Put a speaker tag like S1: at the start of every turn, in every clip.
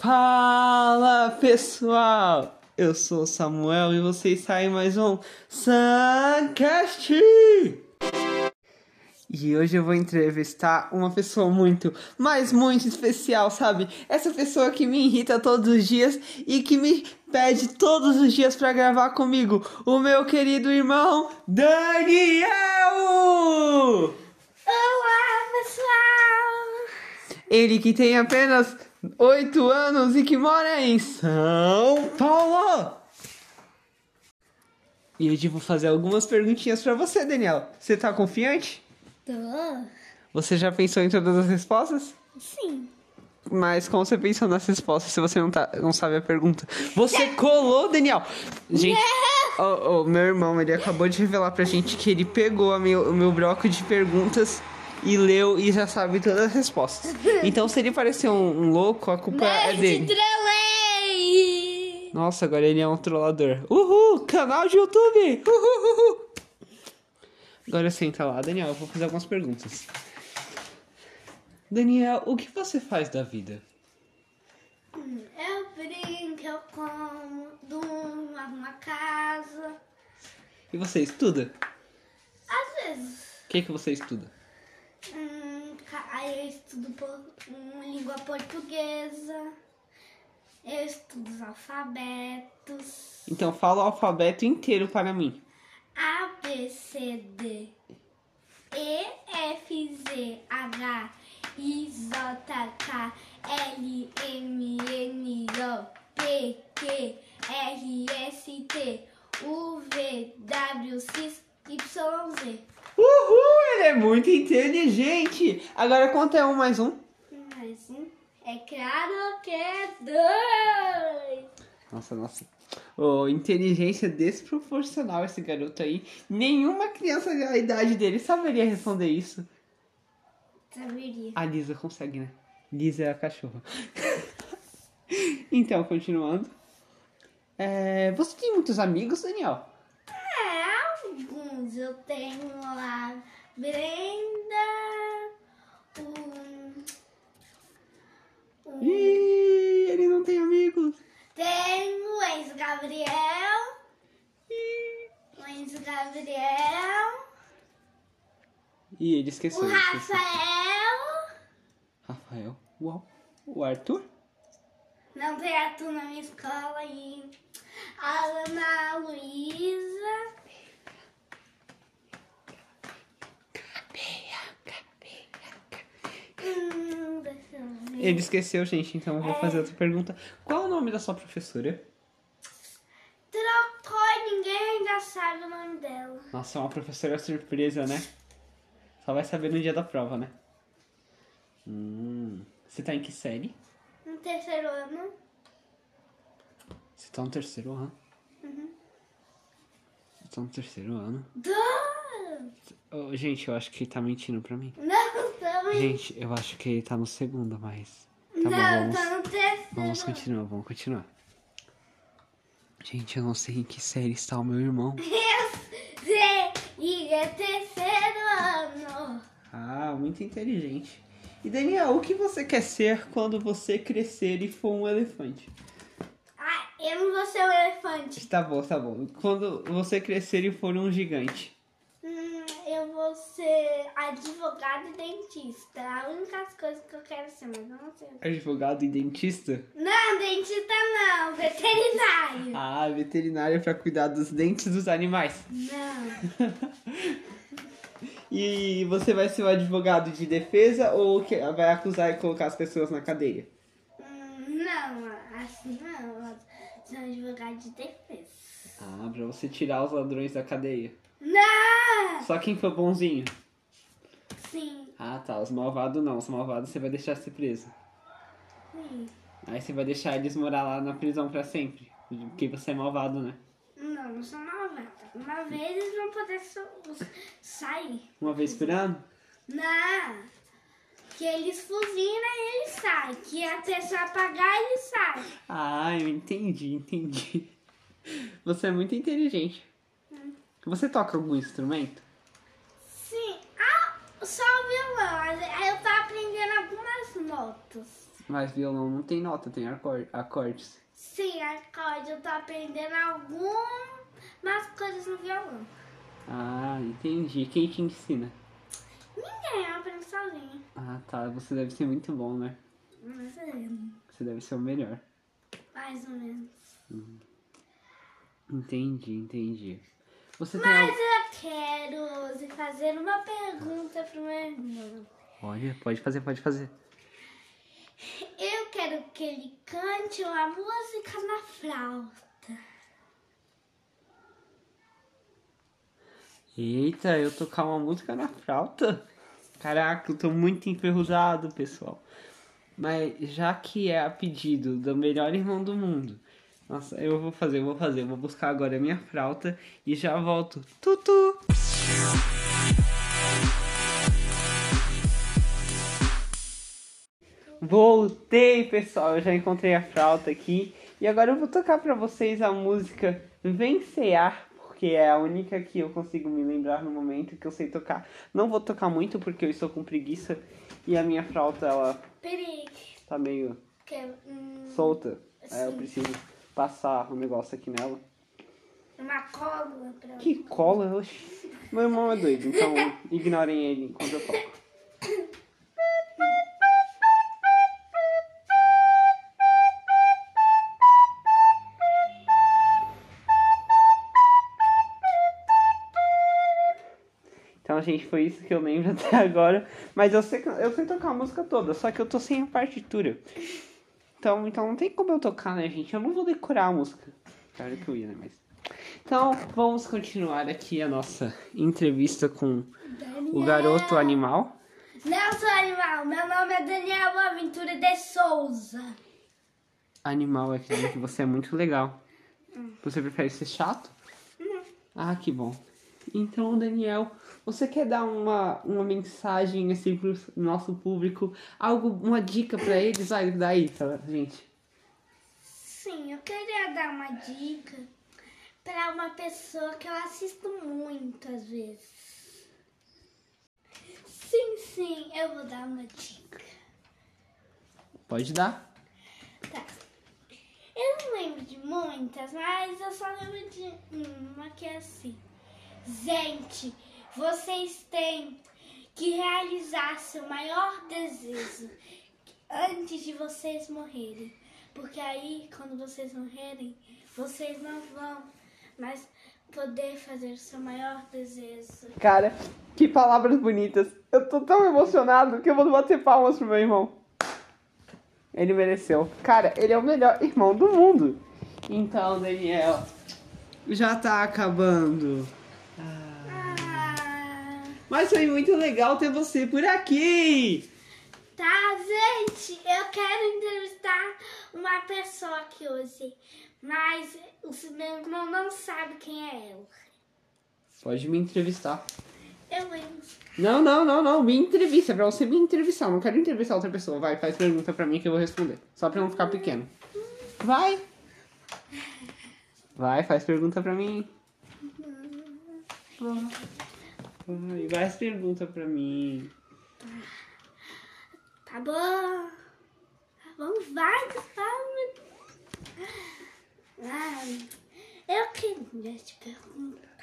S1: Fala pessoal, eu sou o Samuel e vocês saem mais um Suncast! E hoje eu vou entrevistar uma pessoa muito, mas muito especial, sabe? Essa pessoa que me irrita todos os dias e que me pede todos os dias pra gravar comigo, o meu querido irmão Daniel!
S2: Olá, pessoal!
S1: Ele que tem apenas 8 anos e que mora em São Paulo. E hoje eu vou fazer algumas perguntinhas pra você, Daniel. Você tá confiante?
S2: Tô?
S1: Você já pensou em todas as respostas?
S2: Sim.
S1: Mas como você pensou nas respostas se você não, tá, não sabe a pergunta? Você colou, Daniel! Gente, o meu irmão, ele acabou de revelar pra gente que ele pegou a meu- o meu bloco de perguntas e leu e já sabe todas as respostas. Então, se ele parecer um, um louco, a culpa é
S2: Nerd
S1: dele.
S2: trolei!
S1: Nossa, agora ele é um trollador. Uhul! Canal de YouTube! Uhul! uhul. Agora senta lá, Daniel, eu vou fazer algumas perguntas. Daniel, o que você faz da vida?
S2: Eu brinco, eu como, durmo, arrumo a casa.
S1: E você estuda?
S2: Às vezes,
S1: O que, que você estuda?
S2: hum, ca- aí eu estudo por, hum, língua portuguesa. Eu estudo os alfabetos.
S1: Então fala o alfabeto inteiro para mim.
S2: A, B, C, D, E, F, Z, H, I, J, K, L, M, N, O, P, Q, R, S, T, U, V, W, X, Y, Z.
S1: Uhul! Ele é muito inteligente! Agora conta é um mais um.
S2: Mas hum, é claro que é dois.
S1: Nossa, nossa. Oh, inteligência desproporcional esse garoto aí. Nenhuma criança da idade dele saberia responder isso.
S2: Saberia.
S1: A Lisa consegue, né? Lisa é a cachorra. então, continuando. É, você tem muitos amigos, Daniel?
S2: É, alguns eu tenho a Brenda, Um o, o-
S1: Ih, ele não tem amigos.
S2: tenho o ex-Gabriel, o ex-Gabriel,
S1: Ih, ele esqueceu.
S2: o
S1: ele esqueceu.
S2: Rafael,
S1: Rafael. Uau. O Arthur?
S2: não tem ato na minha escola, e a Ana Luísa, hum, deixa eu ver.
S1: Ele esqueceu, gente, então eu vou fazer outra pergunta. Qual o nome da sua professora?
S2: Trocou e ninguém ainda sabe o nome dela.
S1: Nossa, é uma professora surpresa, né? Só vai saber no dia da prova, né? Hum. Você tá em que série?
S2: No terceiro ano.
S1: Você tá no terceiro ano? Uhum. Você tá no terceiro ano?
S2: Não,
S1: Ô, gente, eu acho que ele tá mentindo pra mim.
S2: não, também.
S1: Gente, eu acho que ele tá no segundo, mas. Tá bom,
S2: não,
S1: vamos.
S2: tá no terceiro.
S1: Vamos continuar, vamos continuar. Gente, eu não sei em que série está o meu irmão.
S2: E é terceiro ano.
S1: Ah, muito inteligente. E Daniel, o que você quer ser quando você crescer e for um elefante?
S2: Ah, eu não vou ser um elefante.
S1: Tá bom, tá bom. Quando você crescer e for um gigante.
S2: Hum, eu vou ser advogado e dentista. A única coisa que eu quero ser, mas eu não sei.
S1: Advogado e dentista?
S2: Não, dentista não, veterinário.
S1: Ah, veterinário para cuidar dos dentes dos animais.
S2: Não,
S1: E você vai ser o advogado de defesa ou que vai acusar e colocar as pessoas na cadeia?
S2: Hum, não, assim não. Sou advogado de defesa.
S1: Ah, pra você tirar os ladrões da cadeia.
S2: Não!
S1: Só quem for bonzinho.
S2: Sim,
S1: Ah, tá. Os malvados não. Os malvados você vai deixar ser preso.
S2: sim.
S1: Aí você vai deixar eles morar lá na prisão pra sempre. Porque você é malvado, né?
S2: Não, não sou malvada. Uma vez eles vão poder so- sair.
S1: Uma vez por ano?
S2: Não. Que eles fuzinam e eles saem. Que a pessoa apagar, eles saem.
S1: Ah, eu entendi, entendi. Você é muito inteligente. Você toca algum instrumento?
S2: Sim. Ah, só o violão. Aí eu tô aprendendo algumas notas.
S1: Mas violão não tem nota, tem acor- acordes.
S2: Sim, acorde, eu tô aprendendo algumas coisas no violão.
S1: Ah, entendi. Quem te ensina?
S2: Ninguém aprende sozinho.
S1: Ah, tá. Você deve ser muito bom, né?
S2: Mas é,
S1: Você deve ser o melhor.
S2: mais ou menos.
S1: Entendi, entendi. Você tem
S2: Mas
S1: algo...
S2: eu quero te fazer uma pergunta pro meu irmão.
S1: Olha, pode fazer, pode fazer.
S2: Eu quero que ele cante uma música na flauta.
S1: Eita, eu tocar uma música na flauta? Caraca, eu tô muito enferrujado, pessoal. Mas já que é a pedido do melhor irmão do mundo, nossa, eu vou fazer, eu vou fazer, eu vou buscar agora a minha flauta e já volto. Tutu! Voltei, pessoal, eu já encontrei a flauta aqui e agora eu vou tocar pra vocês a música Vencear, porque é a única que eu consigo me lembrar no momento que eu sei tocar. Não vou tocar muito porque eu estou com preguiça e a minha flauta ela
S2: Peraí,
S1: tá meio
S2: que hum,
S1: solta. Aí eu
S2: Sim.
S1: preciso passar o negócio aqui nela.
S2: uma cola pra
S1: Que cola, oxi. Meu irmão é doido, então ignorem ele enquanto eu toco. Então, gente, foi isso que eu lembro até agora. Mas eu sei, eu sei tocar a música toda, só que eu tô sem a partitura. Então, então não tem como eu tocar, né, gente? Eu não vou decorar a música. Claro que eu ia, né? Mas... Então, vamos continuar aqui a nossa entrevista com
S2: Daniel.
S1: o garoto animal.
S2: Não sou animal, meu nome é Daniel Aventura de Souza.
S1: Animal, eu acredito que você é muito legal. Você prefere ser chato? Ah, que bom. Então, Daniel, você quer dar uma, uma mensagem assim pro nosso público? Algo, uma dica pra eles? Vai, daí, tá, gente.
S2: Sim, eu queria dar uma dica para uma pessoa que eu assisto muito às vezes. Sim, sim, eu vou dar uma dica.
S1: Pode dar?
S2: Tá. Eu não lembro de muitas, mas eu só lembro de uma que é assim. Gente, vocês têm que realizar seu maior desejo antes de vocês morrerem. Porque aí, quando vocês morrerem, vocês não vão mais poder fazer o seu maior desejo.
S1: Cara, que palavras bonitas. Eu tô tão emocionado que eu vou bater palmas pro meu irmão. Ele mereceu. Cara, ele é o melhor irmão do mundo. Então, Daniel. Já tá acabando.
S2: Ah,
S1: Mas foi muito legal ter você por aqui.
S2: Tá, gente, eu quero entrevistar uma pessoa aqui hoje, mas o meu irmão não sabe quem é ela.
S1: Pode me entrevistar.
S2: Eu lembro.
S1: Não, não, não, não. Me entrevista. Pra você me entrevistar. Eu não quero entrevistar outra pessoa. Vai, faz pergunta pra mim que eu vou responder. Só pra não ficar pequeno. Vai. Vai, faz pergunta pra mim. Vai, faz pergunta pra mim.
S2: Tá bom. Vamos, vai, que fala. Ah, eu queria te perguntar,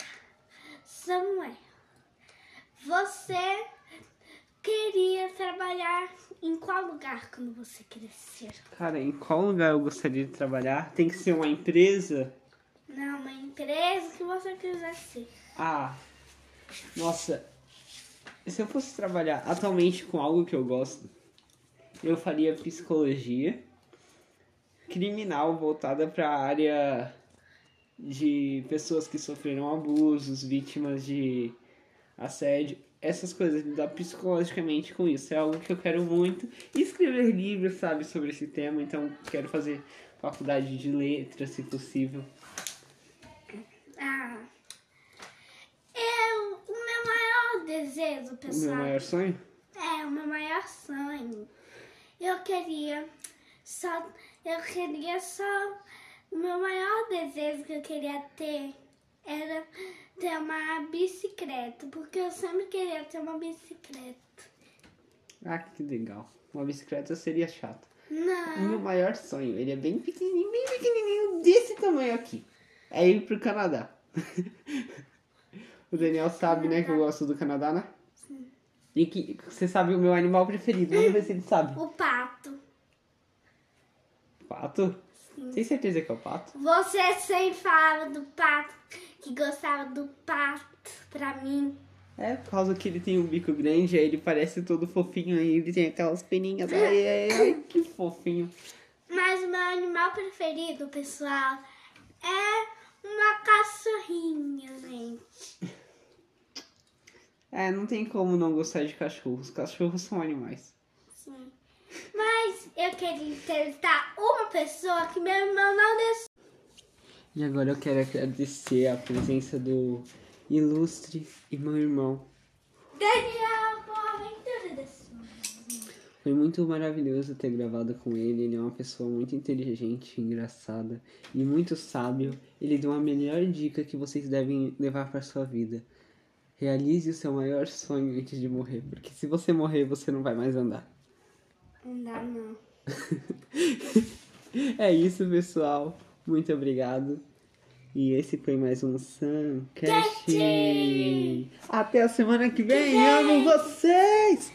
S2: Samuel, você queria trabalhar em qual lugar quando você crescer?
S1: Cara, em qual lugar eu gostaria de trabalhar? Tem que ser uma empresa?
S2: Não, uma empresa que você quiser ser.
S1: Ah, nossa. Se eu fosse trabalhar atualmente com algo que eu gosto, eu faria psicologia criminal voltada para a área de pessoas que sofreram abusos, vítimas de assédio, essas coisas, lidar psicologicamente com isso. É algo que eu quero muito. E escrever livros, sabe, sobre esse tema, então quero fazer faculdade de letras, se possível.
S2: Ah, eu, o meu maior desejo,
S1: O meu
S2: pessoal,
S1: maior sonho?
S2: é o meu maior sonho. Eu queria só, eu queria só, o meu maior desejo que eu queria ter era ter uma bicicleta, porque eu sempre queria ter uma bicicleta.
S1: Ah, que legal. Uma bicicleta seria chata.
S2: Não.
S1: Meu maior sonho. Ele é bem pequenininho, bem pequenininho, desse tamanho aqui. É ir pro Canadá. o Daniel sabe, né, que eu gosto do Canadá, né? E que você sabe o meu animal preferido. Vamos ver se ele sabe.
S2: O pato.
S1: Pato? Tem certeza que é o pato?
S2: Você sempre falava do pato, que gostava do pato pra mim.
S1: É, por causa que ele tem um bico grande, aí ele parece todo fofinho, aí ele tem aquelas peninhas. Ai, ai, ai, que fofinho.
S2: Mas o meu animal preferido, pessoal, é uma cachorrinha, gente.
S1: É, não tem como não gostar de cachorros. Cachorros são animais.
S2: Sim. Mas eu queria entrevistar uma pessoa que meu irmão não deixou.
S1: E agora eu quero agradecer a presença do ilustre e meu irmão.
S2: Daniel, Boaventura da Silva.
S1: Foi muito maravilhoso ter gravado com ele. Ele é uma pessoa muito inteligente, engraçada e muito sábio. Ele deu a melhor dica que vocês devem levar para sua vida. Realize o seu maior sonho antes de morrer, porque se você morrer, você não vai mais andar.
S2: Não dá, não.
S1: é isso, pessoal. Muito obrigado. E esse foi mais um Suncast.
S2: Cast!
S1: Até a semana que vem. Amo vocês!